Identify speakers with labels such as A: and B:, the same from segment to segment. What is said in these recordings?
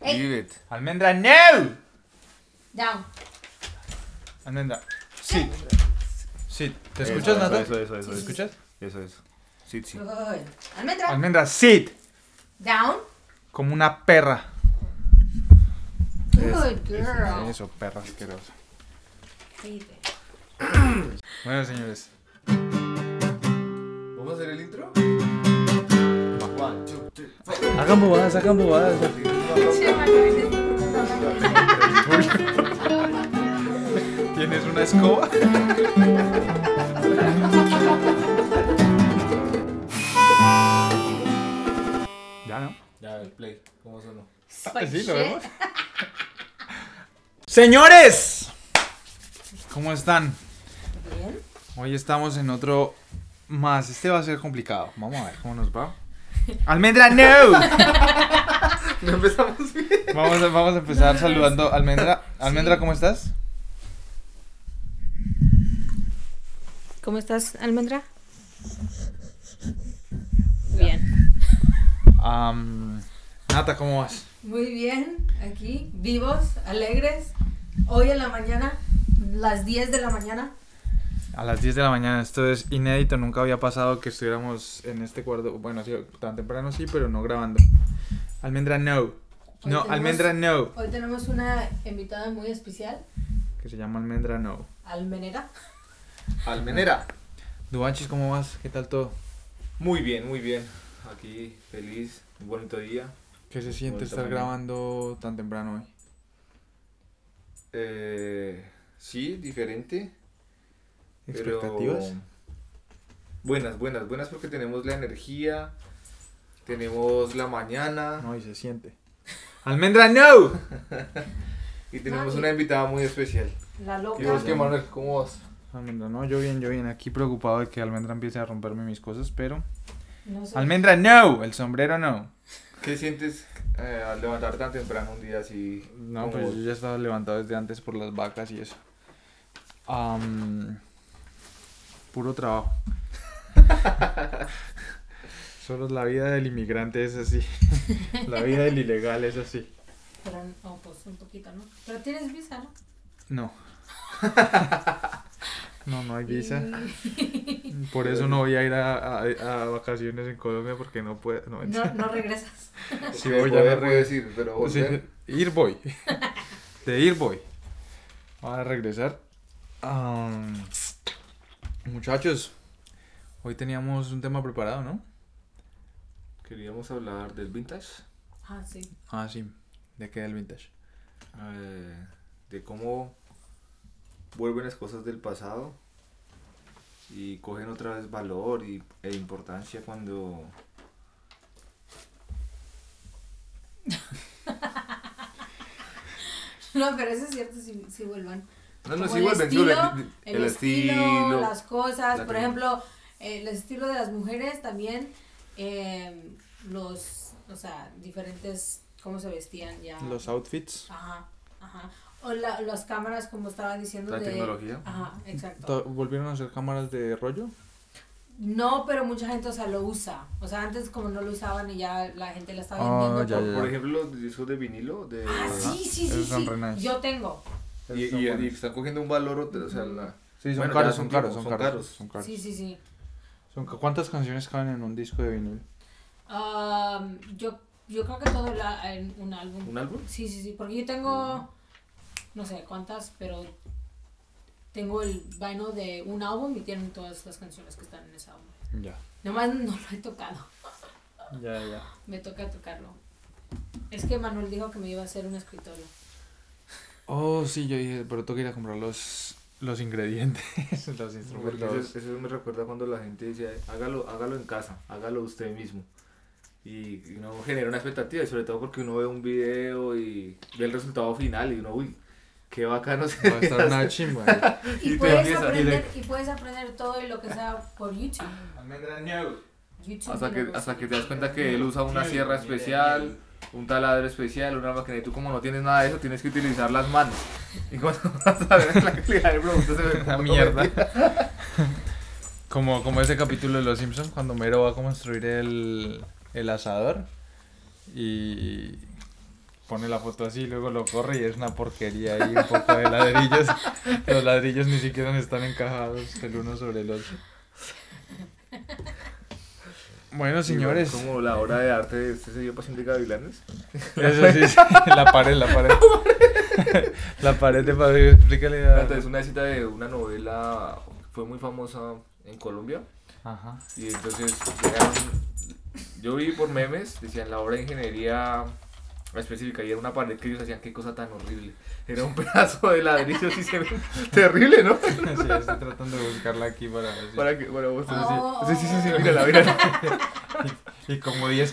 A: Leave it.
B: Almendra, no.
C: Down.
B: Almendra, sit. Sit. ¿Te
A: Eso,
B: escuchas,
A: eso,
B: Nata?
A: Eso, eso, eso.
B: ¿Te escuchas?
A: Eso, eso. Sí, sí.
C: Good. Almendra.
B: Almendra, sit.
C: Down.
B: Como una perra.
C: Good girl.
A: Eso, perra asquerosa.
C: Siete.
B: Bueno, señores.
A: ¿Vamos a hacer el intro?
D: Hagan bobadas, hagan bobadas.
B: ¿Tienes una escoba? ya, ¿no?
A: Ya, el play. ¿Cómo sonó?
B: Ah, Sí, lo
C: Shit.
B: vemos. Señores, ¿cómo están?
C: Bien.
B: Hoy estamos en otro más. Este va a ser complicado. Vamos a ver cómo nos va. Almendra, no.
A: No empezamos bien.
B: Vamos a, vamos a empezar saludando a Almendra. Almendra, ¿cómo estás?
E: ¿Cómo estás, Almendra? Bien.
B: Am, Nata, ¿cómo vas?
C: Muy bien, aquí, vivos, alegres. Hoy en la mañana, las 10 de la mañana.
B: A las 10 de la mañana, esto es inédito, nunca había pasado que estuviéramos en este cuarto, bueno, sí, tan temprano sí, pero no grabando. Almendra no. No,
C: tenemos-
B: Almendra no.
C: Hoy tenemos una invitada muy especial,
B: Que se llama Almendra no.
C: Almenera.
A: Almenera.
B: Duanchis, ¿cómo vas? ¿Qué tal todo?
A: Muy bien, muy bien. Aquí, feliz, un bonito día.
B: ¿Qué se siente
A: Bonita
B: estar
A: mañana.
B: grabando tan temprano hoy?
A: Eh, sí, diferente. pero-
B: ¿Expectativas?
A: Buenas, buenas, buenas porque tenemos la energía, tenemos la mañana
B: No, y se siente. Almendra no.
A: y tenemos
C: Mami.
A: una invitada muy especial.
C: La loca.
A: ¿Y vos qué, Manuel? ¿Cómo vas?
B: Almendra no, yo bien, yo bien, aquí preocupado de que Almendra empiece a romperme mis cosas, pero...
C: No sé.
B: Almendra no, el sombrero no.
A: ¿Qué sientes eh, al levantar tan temprano un día así?
B: No,
A: como
B: pues
A: vos?
B: yo ya estaba levantado desde antes por las vacas y eso. Am, puro trabajo. Solo la vida del inmigrante es así. la vida del ilegal es así.
C: Pero, no, pues un poquito, ¿no? Pero tienes visa, ¿no?
B: No. No, no hay visa.
C: Y-
B: Por eso no voy a ir a, a- a vacaciones en Colombia porque no puedo. No,
C: No, no regresas.
A: Porque
B: Sí, voy, ya
A: poder
B: me
A: puedo decir, pero
B: Pues Sí,
A: volver.
B: ir voy. De ir voy. a regresar. Am, muchachos, hoy teníamos un tema preparado, ¿no?
A: Queríamos hablar del vintage,
C: Ah, sí.
B: Ah, sí. ¿De qué el vintage?
A: eh, de cómo vuelven las cosas del pasado y cogen otra vez valor y, e importancia cuando...
C: No, pero eso es cierto, si, si vuelvan.
A: No, no,
C: Como
A: sí
C: el
A: vuelven,
C: estilo,
A: no, el-
C: el,
A: el
C: estilo,
A: estilo.
C: las cosas,
A: la
C: por
A: que-
C: ejemplo, el estilo de las mujeres también, eh, los, o sea, diferentes, cómo se vestían ya.
B: Los outfits.
C: Ajá, ajá. O la- las cámaras, como estaba diciendo.
A: La
C: de-
A: tecnología.
C: Ajá, exacto.
B: To- ¿Volvieron a hacer cámaras de rollo?
C: No, pero mucha gente, o sea, lo usa. O sea, antes como no lo usaban y ya la gente la estaba
B: Ah,
C: vendiendo.
B: ya,
C: por-
B: ya,
A: Por ejemplo, los discos de vinilo de...
C: Ah,
B: Ajá.
C: sí, sí, sí,
B: Esos son
C: sí.
B: re nice.
C: Yo tengo.
A: Y, y- y están cogiendo un valor, o sea, la-
B: Sí, son
A: Bueno, ya
B: caros,
A: hace
B: son
A: un
B: caros,
A: tiempo,
B: son
A: son
B: caros.
A: caros.
B: Son caros.
C: Sí, sí, sí.
B: Son ca- ¿Cuántas canciones caben en un disco de vinil?
C: Am, Um, yo, yo creo que todo la, en un álbum.
A: un álbum.
C: Sí, sí, sí, porque yo tengo, no sé cuántas, pero tengo el vinyl de un álbum y tienen todas las canciones que están en ese álbum.
B: Ya.
C: Nomás no lo he tocado,
B: Ya, ya.
C: me toca tocarlo. Es que Manuel dijo que me iba a hacer un escritorio.
B: Oh, sí, yo dije, pero tengo que ir a comprar los, los ingredientes, los
A: Porque
B: instrumentos.
A: eso, eso me recuerda cuando la gente decía, hágalo, hágalo en casa, hágalo usted mismo. Y, y uno genera una expectativa, y sobre todo porque uno ve un video y ve el resultado final y uno, uy, qué bacano se
B: Va a estar una chimba. eh.
A: Y
C: Y,
A: te
C: puedes
A: empieza- y le-
C: aprender, y puedes aprender todo y lo que sea por YouTube. YouTube
A: Hasta que,
C: tiene
A: hasta que
C: cosas.
A: te das cuenta que él usa una sierra especial, un taladro especial, una máquina, y tú como no tienes nada de eso, tienes que utilizar las manos. Y cuando vas a ver la calidad del producto, se ve
B: Una
A: como
B: mierda. Como, como ese capítulo de Los Simpsons cuando Mero va a construir el, el asador y pone la foto así, luego lo corre y es una porquería ahí, un poco de ladrillos. Los ladrillos ni siquiera están encajados el uno sobre el otro. Bueno, señores,
A: Como la obra de arte de este señor Paciente Gavilanes.
B: eso sí, sí, la pared, la pared. La pared de Pablo, explícale a...
A: Entonces, una cita de una novela que fue muy famosa en Colombia.
B: Ajá.
A: Y entonces, eran- yo vi por memes, decían la obra de ingeniería específica y era una pared que ellos hacían, qué cosa tan horrible. Era un pedazo de ladrillo, sí se ve terrible, ¿no?
B: Sí, estoy tratando de buscarla aquí para ver si-
A: Para que, bueno, vos
B: Ah.
A: Sí, sí, sí, sí, mírala, mírala.
B: Y como 10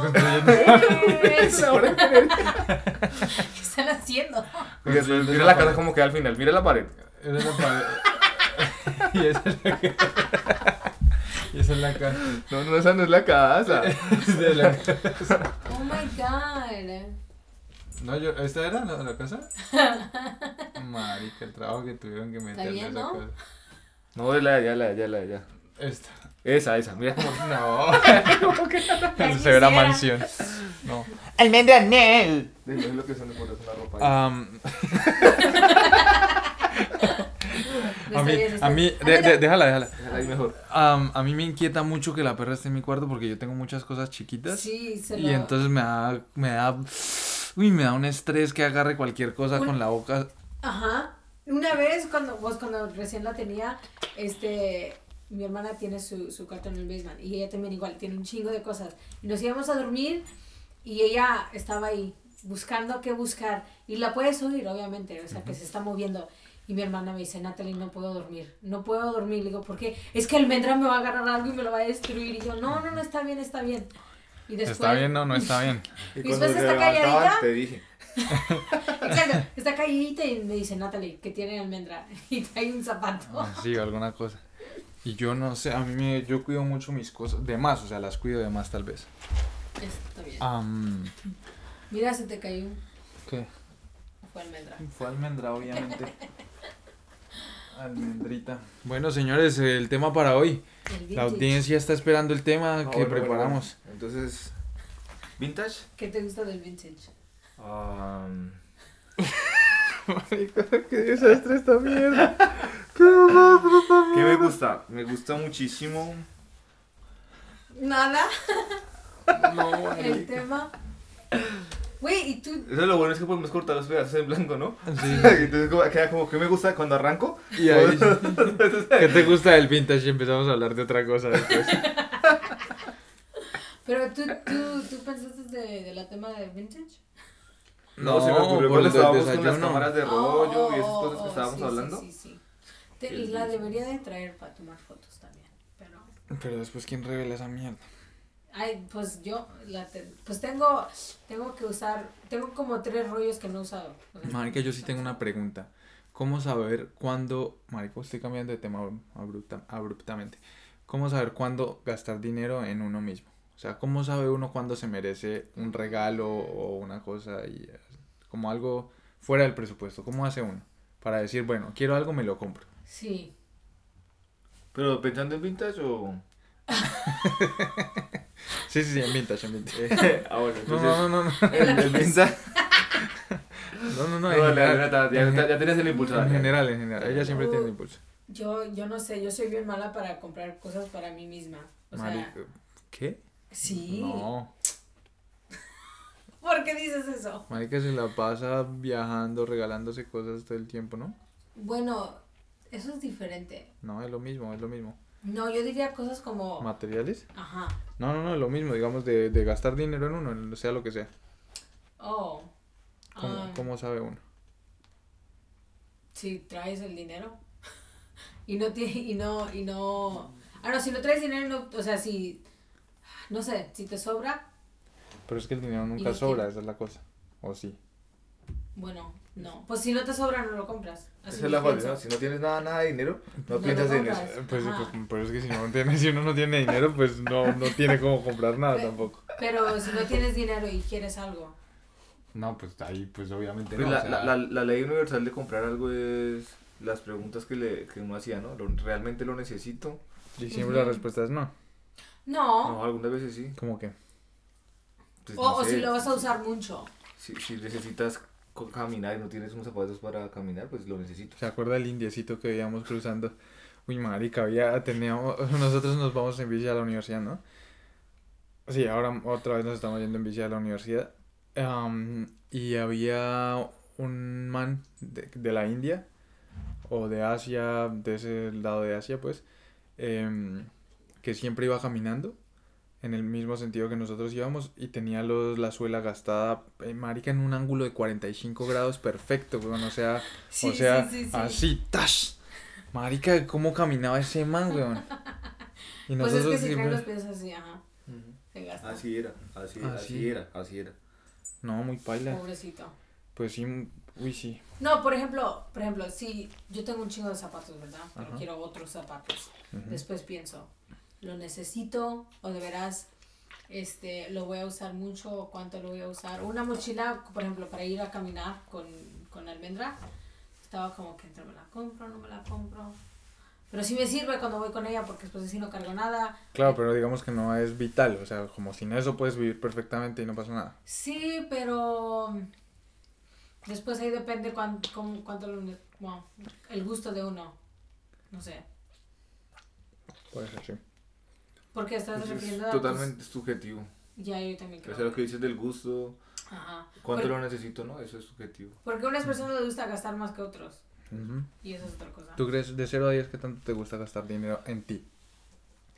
B: construyendo.
A: Es la obra de ingeniería.
C: ¿Qué están haciendo?
A: Y después Mira la casa como queda al final, mira la pared.
B: Esa es la pared. y esa es la ca- Y esa es la casa.
A: No, no, esa no es la casa.
B: De la ca-
C: Oh my god. eh.
B: No, yo, ¿esta era la, la casa? Marica, el trabajo que tuvieron que meterle
C: bien,
B: a esa
C: ¿no?
B: casa.
A: No, es la, ya, la, ya, la, ya.
B: Esta.
A: Esa, esa, mira cómo.
B: No.
C: Ya
B: Se ve la
C: quisiera.
B: mansión. No.
D: Almendra, no.
A: Es lo que son los una ropa.
B: Am,
C: No
B: a
C: está
B: mí,
C: bien, no está
B: a
C: bien.
B: mí, de- de- déjala, déjala.
A: Déjala ahí mejor.
B: Am, a mí me inquieta mucho que la perra esté en mi cuarto porque yo tengo muchas cosas chiquitas.
C: Sí, se lo...
B: Y entonces me da, me da, uy, me da un estrés que agarre cualquier cosa con la boca.
C: Ajá. Una vez cuando vos cuando recién la tenía, este mi hermana tiene su, su cuarto en el basement y ella también igual tiene un chingo de cosas. Y nos íbamos a dormir y ella estaba ahí buscando qué buscar y la puedes oír obviamente, o sea, que se está moviendo. Y mi hermana me dice, Natalie, no puedo dormir, no puedo dormir. Le digo, ¿por qué? Es que Almendra me va a agarrar algo y me lo va a destruir. Y yo, no, no, no, está bien, está bien. Y después,
B: ¿Está bien? No, no está bien.
A: Y
C: después
A: cuando se
C: está
A: levantaban,
C: calladita.
A: Te dije.
B: Ah,
C: Exacto, está calladita y me dice, Natalie, que tiene Almendra y trae un zapato.
B: Ah, Sí, alguna cosa. Y yo no sé, a mí me, yo cuido mucho mis cosas, de más, o sea, las cuido de más tal vez.
C: Está bien.
B: Am,
C: Mira, se te cayó.
B: ¿Qué?
C: Fue almendra.
B: Fue almendra, obviamente. Almendrita. Bueno, señores, el tema para hoy.
C: El
B: La
C: vintage.
B: audiencia está esperando el tema
A: Ah,
B: que
A: bueno, bueno,
B: preparamos.
A: bueno. Entonces, ¿vintage? um,
C: ¿Qué te gusta del vintage?
B: Ah.
A: Am,
B: Qué desastre esta mierda.
A: ¿Qué me gusta? Me gusta muchísimo.
C: Nada,
B: No,
C: el
B: marica.
C: tema. Güey, y tú.
A: Eso es lo bueno es que pues, podemos cortar los pedazos en blanco, ¿no?
B: Sí.
A: Entonces como- queda como que me gusta cuando arranco.
B: Y ahí, ¿qué te gusta del vintage? Y empezamos a hablar de otra cosa después.
C: Pero tú, tú, tú pensaste de, de la tema del vintage.
A: No, se me ocurrió cuando
B: por el
A: estábamos con
B: desayuno.
A: las cámaras de rollo
C: Oh,
A: y esas cosas que estábamos
C: sí, sí,
A: hablando.
C: Sí, sí. Te-
A: El
C: la
A: vintage.
C: debería de traer para tomar fotos también. Pero.
B: Pero después, ¿quién revela esa mierda?
C: Ay, pues yo, la te- pues tengo, tengo que usar, tengo como tres rollos que no he usado. O sea,
B: Marica, yo sí tengo una pregunta. ¿Cómo saber cuándo... Marica, estoy cambiando de tema abrupta- abruptamente. ¿Cómo saber cuándo gastar dinero en uno mismo? O sea, ¿cómo sabe uno cuándo se merece un regalo o una cosa y eh, como algo fuera del presupuesto? ¿Cómo hace uno? Para decir, bueno, quiero algo, me lo compro.
C: Sí.
A: Pero pensando en vintage o...
B: Sí, sí, sí, en vintage, en vintage.
A: Eh, ah, bueno,
B: No,
A: entonces...
B: no, no, no.
A: El, el vintage...
B: No, no, no.
A: No,
B: en
A: dale, dale,
B: general.
A: Nata, ya,
B: En
A: ya,
B: gen-
A: ya tenías el impulsor.
B: En general, en general. Ella siempre tiene el impulso.
C: Yo, yo no sé, yo soy bien mala para comprar cosas para mí misma. O sea,
B: Marica, ¿Qué?
C: sí.
B: No.
C: ¿Por qué dices eso?
B: Marica se la pasa viajando, regalándose cosas todo el tiempo, ¿no?
C: Bueno, eso es diferente.
B: No, es lo mismo, es lo mismo.
C: No, yo diría cosas como,
B: ¿Materiales?
C: ajá,
B: No, no, no, es lo mismo, digamos, de, de gastar dinero en uno, en- sea lo que sea.
C: oh,
B: ¿Cómo,
C: ah,
B: cómo sabe uno?
C: si traes el dinero y no tie- y no y no, ah no, si no traes dinero, no, o sea, si no sé, si te sobra,
B: Pero es que el dinero
C: lo
B: nunca
C: que-
B: sobra, esa es la cosa. ¿O sí?
C: bueno, no, pues si no te sobra no lo compras. Así
A: Esa es la
C: yo
A: fase,
C: pienso.
A: ¿no? Si no tienes nada, nada de dinero, no,
C: No
A: piensas
C: lo
A: en eso.
C: compras.
B: Eh, Pues,
C: Ajá.
B: pues, pero es que si, no tiene, si uno no tiene dinero, pues no, no tiene cómo comprar nada
C: Pero-
B: tampoco.
C: Pero si no tienes dinero y quieres algo,
B: No, pues ahí, pues obviamente
A: Pues
B: no.
A: la,
B: o sea,
A: la, la, la ley universal de comprar algo es las preguntas que, le, que uno hacía, ¿no? Lo- ¿Realmente lo necesito?
B: Y siempre la respuesta es no.
C: no,
A: No, algunas veces sí.
B: ¿Cómo que?
A: Pues,
C: o,
A: no
C: o
A: sé.
C: si lo vas a usar mucho.
A: si, si necesitas co- caminar y no tienes unos zapatos para caminar, pues lo necesito.
B: ¿Se acuerda el indiecito que íbamos cruzando? Uy, marica, había, teníamos, nosotros nos vamos en bici a la universidad, ¿no? Sí, ahora otra vez nos estamos yendo en bici a la universidad. Am, y había un man de, de la India, o de Asia, de ese lado de Asia, pues, em, que siempre iba caminando en el mismo sentido que nosotros íbamos y tenía los, la suela gastada, eh, marica, en un ángulo de 45 grados perfecto, weón, o sea o sea, así, tash. Marica, ¿cómo caminaba ese man, weón? Y
C: Pues es
B: nosotros
C: que si traen
B: siempre-
C: los pies así, ajá, se gasta.
A: Así era, así,
B: Ah,
A: así
B: sí.
A: era, así era.
B: No, muy paila.
C: Pobrecito.
B: Pues sí, uy, sí.
C: No, por ejemplo, por ejemplo, si yo tengo un chingo de zapatos, ¿verdad? Pero
B: Ajá.
C: quiero otros zapatos.
B: Ujú.
C: Después pienso, ¿lo necesito o de veras este, lo voy a usar mucho o cuánto lo voy a usar? Una mochila, por ejemplo, para ir a caminar con, con almendra, estaba como que entre me la compro, no me la compro. Pero sí me sirve cuando voy con ella porque después así no cargo nada.
B: Claro, pero digamos que no es vital, o sea, como sin eso puedes vivir perfectamente y no pasa nada.
C: Sí, pero después ahí depende cuán- cómo- cuánto lo ne- bueno, el gusto de uno. No sé.
B: Puede ser, sí.
C: Porque estás
A: Pues
C: refiriendo
A: es
C: a, pues,
A: totalmente subjetivo.
C: ya, yo también
A: O
C: creo.
A: sea, lo que dices del gusto,
C: Ajá.
A: cuánto
C: Por-
A: lo necesito, ¿no? Eso es subjetivo.
C: Porque a unas personas les gusta gastar más que a otros.
B: Ujú.
C: Y eso es otra cosa.
B: ¿Tú crees de 0 a 10 que tanto te gusta gastar dinero en ti?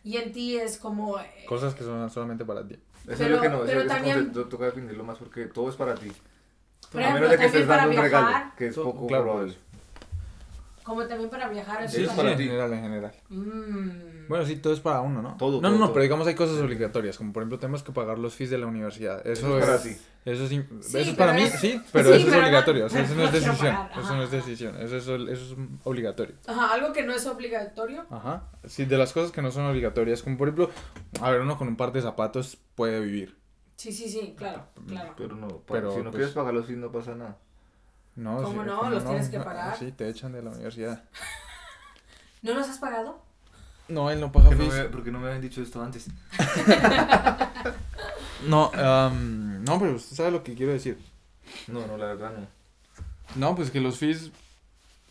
C: Y en ti es como. eh,
B: Cosas que son solamente para ti.
A: Eso es
C: Pero-
A: lo que no, eso,
C: pero
A: ese
C: también-
A: concepto toca definirlo más porque todo es para ti.
C: Por
A: a
C: ejemplo,
A: menos de que
C: también
A: estés
C: para
A: dando un regalo,
C: viajar.
A: que es
B: To-
A: poco
B: claro,
A: probable.
C: como también para viajar.
A: Sí,
C: es
A: es para
B: en
A: ti.
B: general, en general.
C: Mm.
B: Bueno, sí, todo es para uno, ¿no?
A: Todo,
B: No,
A: todo,
B: no,
A: todo.
B: pero digamos hay cosas obligatorias, como por ejemplo tenemos que pagar los fees de la universidad. Eso,
A: Eso es
B: es
A: para ti.
B: Eso, es im-
C: Sí,
B: eso es
C: pero
B: para mí,
C: es-
B: sí, pero
C: sí,
B: eso es
C: pero no-
B: obligatorio. o sea, eso no es
C: no quiero
B: decisión.
C: pagar,
B: Eso
C: ajá,
B: no es
C: ajá.
B: decisión. Eso es, ol- eso es obligatorio.
C: Ajá, algo que no es obligatorio.
B: Ajá. Sí, de las cosas que no son obligatorias, como por ejemplo, a ver, uno con un par de zapatos puede vivir.
C: Sí, sí, sí, claro, claro.
A: Pero no, pa-
B: Pero,
A: si no
B: pues-
A: quieres pagarlo, sí no pasa nada.
B: No,
C: ¿Cómo
B: sí,
C: no? Los tienes que
B: No,
C: pagar.
B: Sí, te echan de la universidad.
C: ¿No los has pagado?
B: No, él no pues, eh, paga
A: ¿Por qué no
B: fees.
A: me, por qué no me habían dicho esto antes?
B: No, am, no, pero usted sabe lo que quiero decir.
A: No, no, la verdad no.
B: No, pues que los fees,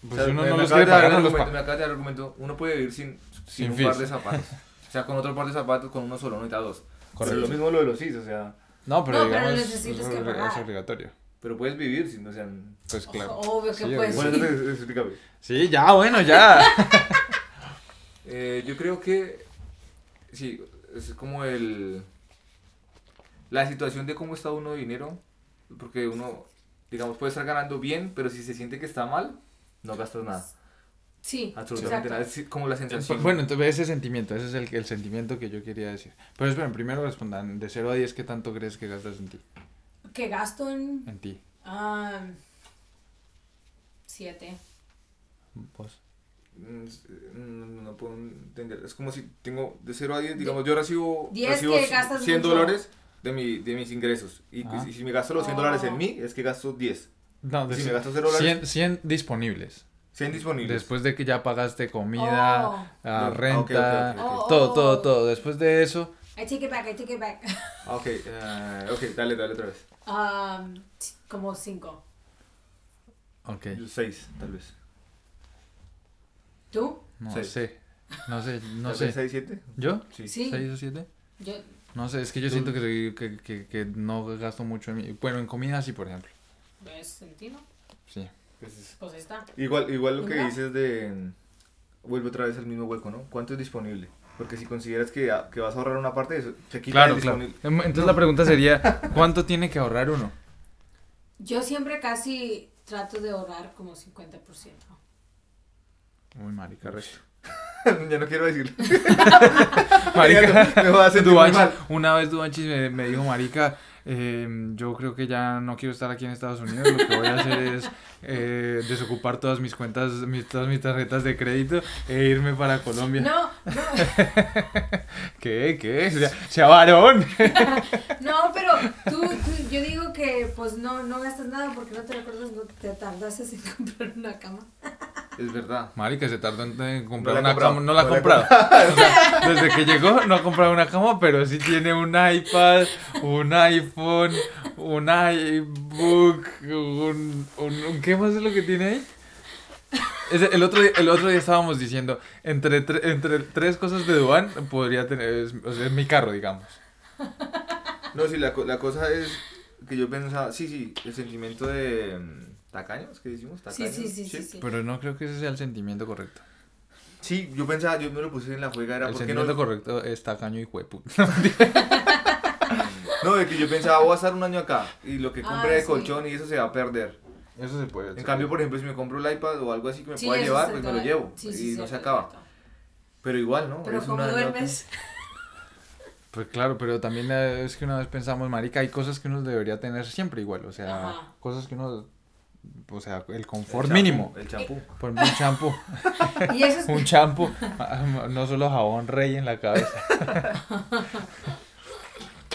B: pues
A: O sea,
B: si uno
A: me-
B: no
A: me acabas
B: los quiere
A: de dar
B: pagar,
A: el
B: no los
A: argumento,
B: paga.
A: me acabas de dar el argumento. Uno puede vivir sin, sin, un
B: Sin
A: par
B: fees.
A: de zapatos. o sea, con otro par de zapatos, con uno solo, no necesita dos. Pero
B: Correcto.
A: lo mismo lo de los cis, o sea,
B: No, pero
C: No, pero
B: digamos,
C: necesitas
B: es
C: que
B: obli-
C: pagar.
B: es obligatorio.
A: pero puedes vivir sin, o sea...
B: Pues claro.
C: Ojo, Obvio que
B: Sí,
C: pues.
A: Bueno,
C: sí.
A: entonces, explícame.
B: Sí, ya, bueno, ya.
A: Eh, yo creo que sí, es como el la situación de cómo está uno de dinero, porque uno, digamos, puede estar ganando bien, pero si se siente que está mal, no gastas nada,
C: Sí,
A: absolutamente
C: exacto.
A: nada. Es como la sensación.
B: Bueno, entonces ese sentimiento, ese es el, el sentimiento que yo quería decir. Pero esperen, primero respondan, de 0 a 10, ¿qué tanto crees que gastas en ti?
C: Que gasto en.
B: En ti,
C: ah, siete.
B: vos.
A: Mm, s- mm, no puedo entender. Es como si tengo de 0 a 10, digamos, yo recibo,
C: Diez
A: recibo
C: que gastas
A: 100
C: mucho.
A: dólares de, mi, de mis ingresos. Y, pues,
B: Ah.
A: y si me gasto los 100 dólares
C: Oh.
A: en mí, es que gasto 10.
B: No,
A: Si
B: de
A: me gasto 0 dólares,
B: 100, 100 disponibles.
A: 100 disponibles.
B: Después de que ya pagaste comida,
C: Oh.
B: ah,
A: No,
B: renta,
A: ok, ok,
C: ok, ok.
B: todo, todo,
C: Oh.
B: todo. Después de eso,
C: I take it back, I take it back.
A: Ah, Ok, eh, ok, dale, dale otra vez.
C: Ah, como cinco.
B: ok,
A: 6, tal vez.
C: ¿Tú?
B: no
A: Seis.
B: sé, no sé, no
A: ¿Tal vez
B: sé.
A: seis, siete?
B: ¿Yo?
A: Sí.
C: Sí.
B: ¿6 o 7?
C: Yo,
B: No sé, es que yo
A: Tú-
B: siento que, soy- que, que, que no gasto mucho en mí. Bueno, en comida sí, por ejemplo.
C: ¿ves sentido?
B: Sí.
A: Pues es-
C: Pues ahí está.
A: Igual, igual lo que
C: ¿Verdad?
A: dices de... Vuelve otra vez al mismo hueco, ¿no? ¿Cuánto es disponible? Porque si consideras que, que vas a ahorrar una parte, eso se quita
B: Claro,
A: el
B: claro.
A: disponible.
B: Em- Entonces la pregunta sería, ¿cuánto tiene que ahorrar uno?
C: Yo siempre casi trato de ahorrar como 50%.
B: Uy, marica, resto.
A: ya no quiero decirlo.
B: Marica,
A: me voy a sentir muy
B: Dubanchis-
A: mal.
B: una vez Dubanchis me, me dijo, marica, em, yo creo que ya no quiero estar aquí en Estados Unidos, lo que voy a hacer es eh, desocupar todas mis cuentas, mis, todas mis tarjetas de crédito e irme para Colombia.
C: No,
B: ¿Qué? ¿Qué? Sea, sea varón.
C: no, pero tú, tú- yo digo que pues no, no gastas nada porque no te recuerdas, no te tardaste en comprar una cama.
A: Es verdad.
B: Marica, se tardó en, en comprar
A: No la
B: una
A: ha comprado.
B: cama. No la ha
A: No la ha
B: comprado. O sea, desde que llegó no ha comprado una cama, pero sí tiene un iPad, un iPhone, un iBook, un, un, un- ¿Qué más es lo que tiene ahí? Ese- el, otro día, el otro día estábamos diciendo, entre, tre- entre tres cosas de Duan podría tener, es, o sea, es mi carro, digamos.
A: No, sí, la, co- la cosa es que yo pensaba, sí, sí, el sentimiento de mm, tacaños que decimos,
C: Sí,
A: tacaños.
C: sí, sí, sí, sí.
B: Pero no creo que ese sea el sentimiento correcto.
A: Sí, yo pensaba, yo me lo puse en la juega, era
B: el
A: porque no.
B: sentimiento correcto es tacaño y huepu.
A: No, de que yo pensaba, voy a estar un año acá y lo que compré
C: Ah,
A: de
C: sí.
A: colchón y eso se va a perder.
B: Eso se puede
A: En cambio, por ejemplo, si me compro el iPad o algo así que me
C: Sí,
A: pueda
C: eso
A: llevar,
C: está
A: pues me
C: todo
A: lo
C: ahí.
A: llevo
C: Sí,
A: y
C: sí,
A: no
C: sí,
A: se
C: es
A: acaba.
C: verdad.
A: Pero igual, ¿no?
C: Pero
A: Es
C: como
A: una-
C: duermes,
B: Pues claro, pero también eh, es que una vez pensamos, marica, hay cosas que uno debería tener siempre igual, o sea,
C: Ajá.
B: cosas que uno, o sea, el
A: El
B: confort
A: champú,
B: mínimo.
A: El champú.
B: Por un champú,
C: y eso es
B: un champú, ah, no solo jabón rey en la cabeza,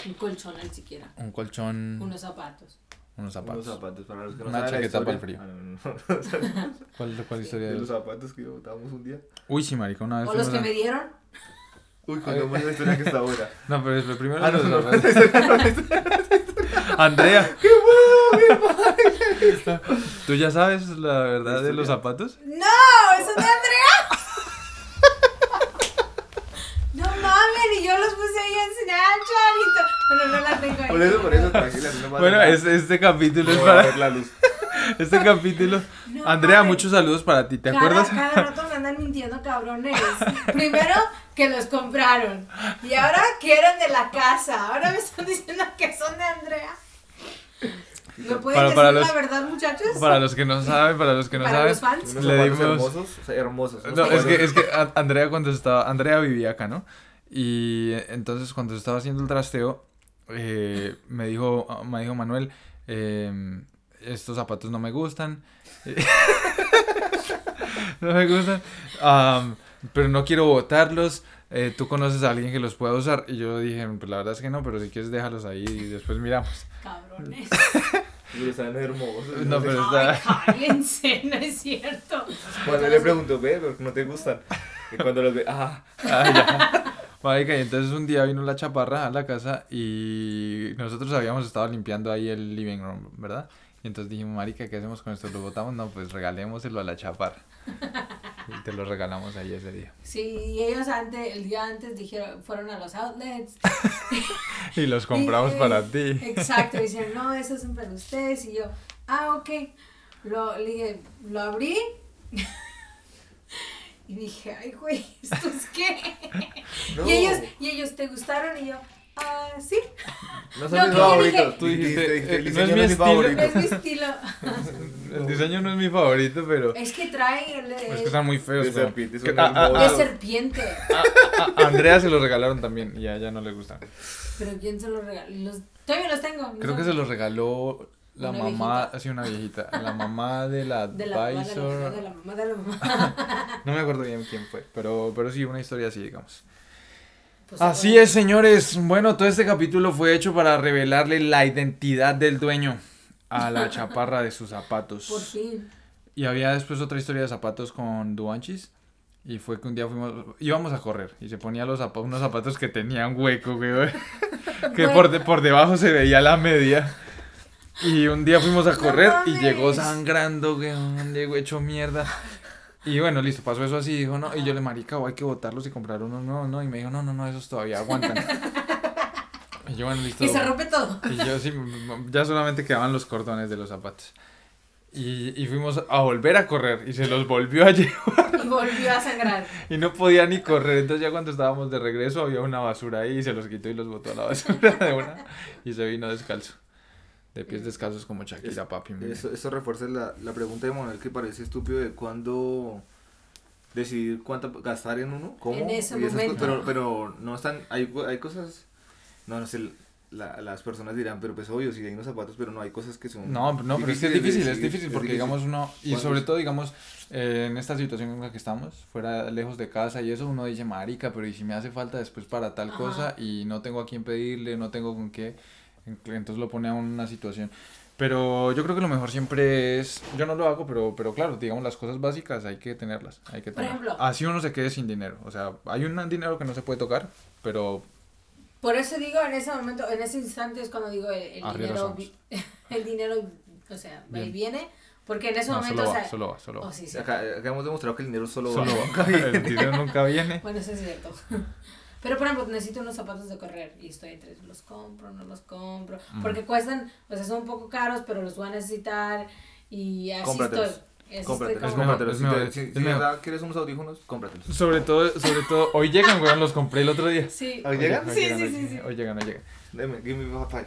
C: un colchón ni siquiera,
B: un colchón,
C: unos zapatos.
B: unos zapatos.
A: Unos zapatos para los que no
B: Una
A: saben la
B: chaqueta para el
A: historia.
B: frío.
A: Ah, no, no, no.
B: ¿Cuál, cuál historia
A: De
B: de
A: los zapatos que botábamos un día.
B: Uy, sí, marica, una vez
C: O los
B: fuimos
C: que
B: a-
C: me dieron,
A: Uy, contamos la historia que está ahora.
B: No, pero es lo primero
A: Ah,
B: los
A: no, no, no.
B: zapatos. Andrea. ¡Qué ¿Tú ya sabes la verdad de los
A: historia.
B: zapatos?
C: ¡No! ¡Eso es de Andrea! ¡No mames! Y yo los puse ahí en Snapchat y todo. Bueno, no la tengo ahí.
A: Por eso, por eso, tranquila. no pasa
B: Bueno,
A: nada.
B: es- este capítulo es
A: No va a
B: para...
A: ver la luz.
B: Este capítulo.
C: No,
B: Andrea,
C: mames.
B: muchos saludos para ti, ¿te
C: Cada-
B: acuerdas?
C: Cada rato me andan mintiendo cabrones. Primero que los compraron y ahora que eran de la casa. Ahora me están diciendo que son de Andrea. ¿No pueden
B: Para-
C: decir
B: para
C: la
B: los-
C: verdad, muchachos?
B: Para los que no saben, para los que no
C: Para
B: saben.
C: los fans.
A: Unos
B: Le
A: zapatos
B: dimos-
A: hermosos, o sea, hermosos. unos
B: No, es
A: zapatos-
B: que, es que a- Andrea cuando estaba. Andrea vivía acá, ¿no? Y eh, entonces cuando estaba haciendo el trasteo, eh, me dijo, me dijo Manuel, eh, estos zapatos no me gustan. no me gustan. am, pero no quiero botarlos. eh, Tú conoces a alguien que los pueda usar. Y yo dije, pues la verdad es que no, pero si quieres déjalos ahí y después miramos.
C: Cabrones.
A: Pero están hermosos.
B: No,
A: sé.
B: pero
C: Ay,
B: está.
C: cállense, no es cierto.
A: Cuando le pregunto, ve, pero no te gustan. Y cuando los ve, ah,
B: Ah, ya. Marica, y entonces un día vino la chaparra a la casa y nosotros habíamos estado limpiando ahí el living room, ¿verdad? Y entonces dijimos, marica, ¿qué hacemos con esto? ¿Lo botamos? No, pues regalémoselo a la chaparra. Y te lo regalamos ahí ese día.
C: Sí, y ellos antes, el día antes dijeron, fueron a los outlets.
B: Y los compramos
C: Dije,
B: para ti.
C: Exacto, dicen, no, esos son para ustedes. Y yo, ah, ok. Lo, le dije, lo abrí. y dije, ay, güey, ¿esto es qué?
A: no.
C: Y, ellos, y ellos, ¿te gustaron? Y yo, ah, sí,
A: No
C: No,
A: son mis
C: que yo
A: favoritos.
C: dije-
B: Tú dijiste, eh,
A: el
B: no es
A: diseño no
B: mi
A: es mi
B: estilo.
A: favorito.
C: es mi estilo.
B: El diseño no es mi favorito, pero
C: Es que trae el,
B: es que
C: eh,
B: están muy feos.
A: De
B: weón.
A: serpiente,
B: Que-
A: son
B: a, a-
C: de
A: hermosos.
C: serpiente.
B: a- a Andrea se los regalaron también y a ella no le gustan.
C: Pero ¿quién se los regaló? Los, todavía los tengo. mis
B: Creo que
C: amigos.
B: se los regaló la
C: Una
B: mamá,
C: viejita.
B: así una viejita, la mamá de la
C: de la mamá, de la mamá,
B: advisor.
C: de la mamá, de la mamá.
B: No me acuerdo bien quién fue, pero, pero sí, una historia así, digamos.
C: Pues,
B: Así
C: bueno.
B: es, señores. Bueno, todo este capítulo fue hecho para revelarle la identidad del dueño a la chaparra de sus
C: Por
B: zapatos.
C: fin.
B: Y había después otra historia de zapatos con Duanchis. Y fue que un día fuimos, íbamos a correr y se ponía los zapa- unos zapatos que tenían hueco, güey. Que por, de- por debajo se veía la media. Y un día fuimos a
C: No
B: correr y
C: mames.
B: llegó sangrando, weón, llegó hecho mierda. Y bueno, listo, pasó eso así, dijo, no, y yo le marica, o hay que botarlos y comprar unos no, no, y me dijo, no, no, no, esos todavía aguantan. Y yo, bueno, listo.
C: Y se rompe todo.
B: Y yo sí, m- ya solamente quedaban los cordones de los zapatos. Y, y fuimos a volver a correr y se los volvió a llevar
C: Y volvió a sangrar.
B: y no podía ni correr. Entonces ya cuando estábamos de regreso había una basura ahí y se los quitó y los botó a la basura de una y se vino descalzo. De pies descalzos como Shakira, papi. mire.
A: Eso, eso refuerza la, la pregunta de Manuel que parece estúpido de cuándo decidir cuánto gastar en uno, cómo.
C: En ese
A: y esas
C: momento.
A: cosas, pero, pero no están, hay, co- hay cosas, no, no sé, la- las personas dirán, pero pues obvio, si hay unos zapatos, pero no hay cosas que son...
B: No, no, pero es que es
A: difíciles de
B: difícil, es
A: decidir,
B: difícil porque
A: difícil.
B: digamos uno, y
A: ¿Cuántos?
B: sobre todo digamos eh, en esta situación en la que estamos, fuera lejos de casa y eso, uno dice, marica, pero y si me hace falta después para tal
C: Ajá.
B: cosa y no tengo a quién pedirle, no tengo con qué, en- entonces lo pone a uno en una situación. Pero yo creo que lo mejor siempre es, yo no lo hago, pero, pero claro, digamos las cosas básicas hay que tenerlas, hay que
C: Por
B: tenerlas.
C: ejemplo.
B: Así uno se quede sin dinero, o sea, hay un dinero que no se puede tocar, pero
C: Por eso digo, en ese momento, en ese instante es cuando digo el, el
B: Arriero
C: dinero,
B: Sanz.
C: vi- el dinero, o sea, va y viene, porque en ese
B: No,
C: momento,
B: solo
C: o sea,
B: va, solo va, solo va.
C: oh, sí, sí.
A: Acá, acá hemos demostrado que el dinero solo,
B: Solo
A: va.
B: va. El dinero nunca viene.
C: Bueno, eso es cierto. Pero por ejemplo, necesito unos zapatos de correr y estoy entre los compro, no los compro,
B: Mm.
C: porque cuestan, o sea, son un poco caros, pero los voy a necesitar y así
A: Cómpratelos.
C: estoy. Y así estoy
A: Cómpratelos,
C: como-
B: Es mejor,
A: cómpratelos.
B: es
A: Si,
B: mejor,
A: te- si-
B: es
A: si de
B: mejor.
A: verdad quieres unos audífonos, cómpratelos.
B: Sobre todo, sobre todo, hoy llegan, weón, los compré el otro día.
C: Sí.
A: ¿Hoy llegan?
B: Hoy
C: Sí,
B: llegan,
C: sí,
B: hoy
C: sí,
B: llegan,
C: sí.
B: Hoy llegan, hoy llegan.
A: Deme, give me five.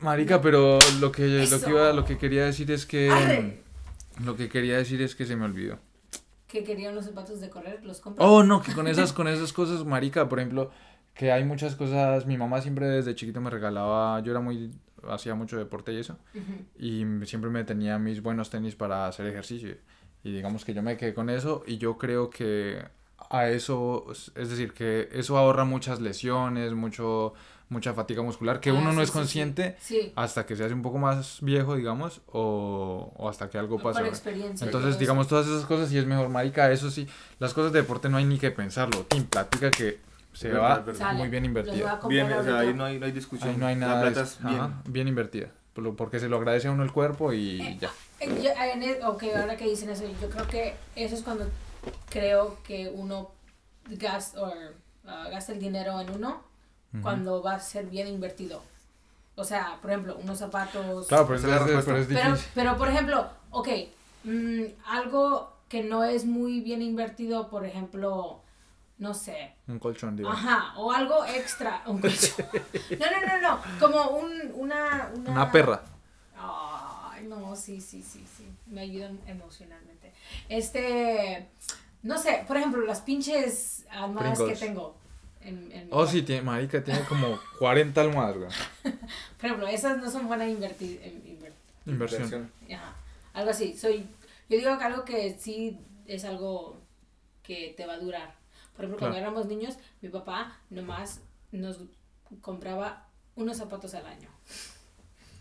B: Marica, pero lo que, lo
C: Eso.
B: que iba, lo que quería decir es que.
C: Arre.
B: Lo que quería decir es que se me olvidó.
C: Que quería unos zapatos de correr, los compro.
B: Oh, no, que con esas, con esas cosas, marica, por ejemplo, que hay muchas cosas. Mi mamá siempre desde chiquito me regalaba, yo era muy, hacía mucho deporte y eso,
C: Ujú.
B: y siempre me tenía mis buenos tenis para hacer ejercicio. Y digamos que yo me quedé con eso y yo creo que a eso, es decir, que eso ahorra muchas lesiones, mucho, mucha fatiga muscular, que
C: Ah,
B: uno no
C: sí,
B: es
C: sí, sí.
B: consciente
C: Sí.
B: hasta que se hace un poco más viejo, digamos, o, o hasta que algo pasa.
C: Con
B: ¿no?
C: experiencia. y todo
B: Entonces,
C: eso.
B: digamos, todas esas cosas sí es mejor, marica, eso sí. Las cosas de deporte no hay ni que pensarlo. Team, plática que se
A: Verdad,
B: va
A: verdad.
C: Sale,
B: muy bien
C: los voy
B: invertida.
C: a comprar
A: Bien, o sea, ahí
C: ahorita.
A: no hay, no hay discusión.
B: Ahí no hay
A: La
B: nada.
A: plata
B: de
A: es
B: eso.
A: bien.
B: Ajá, bien invertida. por lo- Porque se lo agradece a uno el cuerpo y ya.
C: Eh, yo- en el- ok, ahora que dicen eso, yo creo que eso es cuando creo que uno gasta, or, ah, gasta el dinero en uno cuando va a ser bien invertido. O sea, por ejemplo, unos zapatos.
B: Claro, pero es,
A: Esa es la
B: es- pero es
C: pero,
B: difícil.
C: pero, por ejemplo, ok, mm, algo que no es muy bien invertido, por ejemplo, no sé,
B: Un colchón, digo.
C: Ajá, o algo extra. Un colchón. No, no, no, no. Como un, una, una.
B: Una perra.
C: Ay, no, sí, sí, sí, sí. Me ayudan emocionalmente. Este. No sé, por ejemplo, las pinches almohadas
B: Pringles.
C: que tengo. En, en mi
B: Oh, sí,
C: cuarto.
B: tiene, marica, tiene como 40 almohadas, güey.
C: Por ejemplo, esas no son buenas invertir. em,
B: Inversión.
A: Inversión.
C: Ajá. Algo así. Soy, yo digo que algo que sí es algo que te va a durar. Por ejemplo, cuando
B: Claro.
C: éramos niños, mi papá nomás nos compraba unos zapatos al año.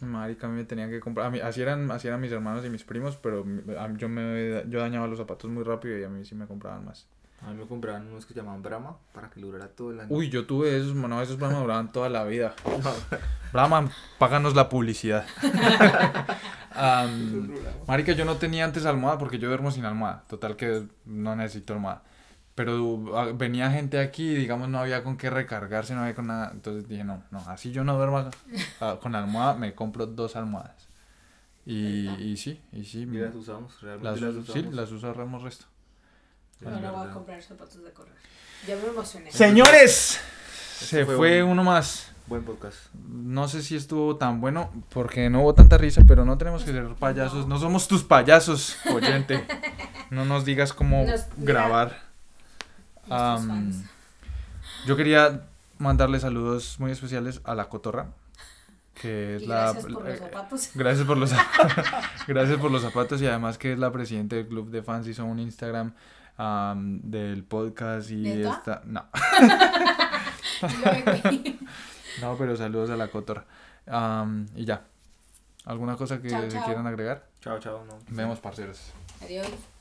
B: Marica, a mí me tenían que comprar. a mí- así, eran, así eran mis hermanos y mis primos, pero mi- a mí- yo, me, yo dañaba los zapatos muy rápido y a mí sí me compraban más.
A: A mí me compraban unos que llamaban Brahma para que durara todo el año.
B: Uy, yo tuve esos, mano, esos Brahma duraban toda la vida. Brahma, páganos la publicidad. Am, marica, yo no tenía antes almohada porque yo duermo sin almohada. Total que no necesito almohada. Pero ah, venía gente aquí y digamos no había con qué recargarse, no había con nada. Entonces dije, no, no, así yo no duermo ah, con almohada, me compro dos almohadas. Y, y sí, y sí.
A: Y las usamos, realmente
B: las,
A: las,
B: us-
A: usamos.
B: sí, las usamos resto.
A: Es
C: Ahora voy a
A: verdad.
C: comprar zapatos de correr. Ya me emocioné.
B: Señores, se
A: fue
B: fue
A: un-
B: uno más.
A: Buen podcast.
B: No sé si estuvo tan bueno porque no hubo tanta risa, pero no tenemos que ser payasos. No, somos tus payasos, oyente. No nos digas cómo
C: Nos-
B: grabar.
C: Nuestros
B: Am,
C: fans.
B: yo quería mandarle saludos muy especiales a la cotorra, que es
C: Y
B: la...
C: gracias por
B: eh,
C: los zapatos.
B: Gracias por los gracias por los zapatos y además que es la presidenta del club de fans hizo un Instagram am, del podcast y
C: ¿Neta?
B: está no
C: Y
B: no pero saludos a la cotorra Am, y ya alguna cosa que
C: Chao, chao.
B: quieran agregar
A: Chao, chao. No.
B: Vemos, parceros.
C: Adiós.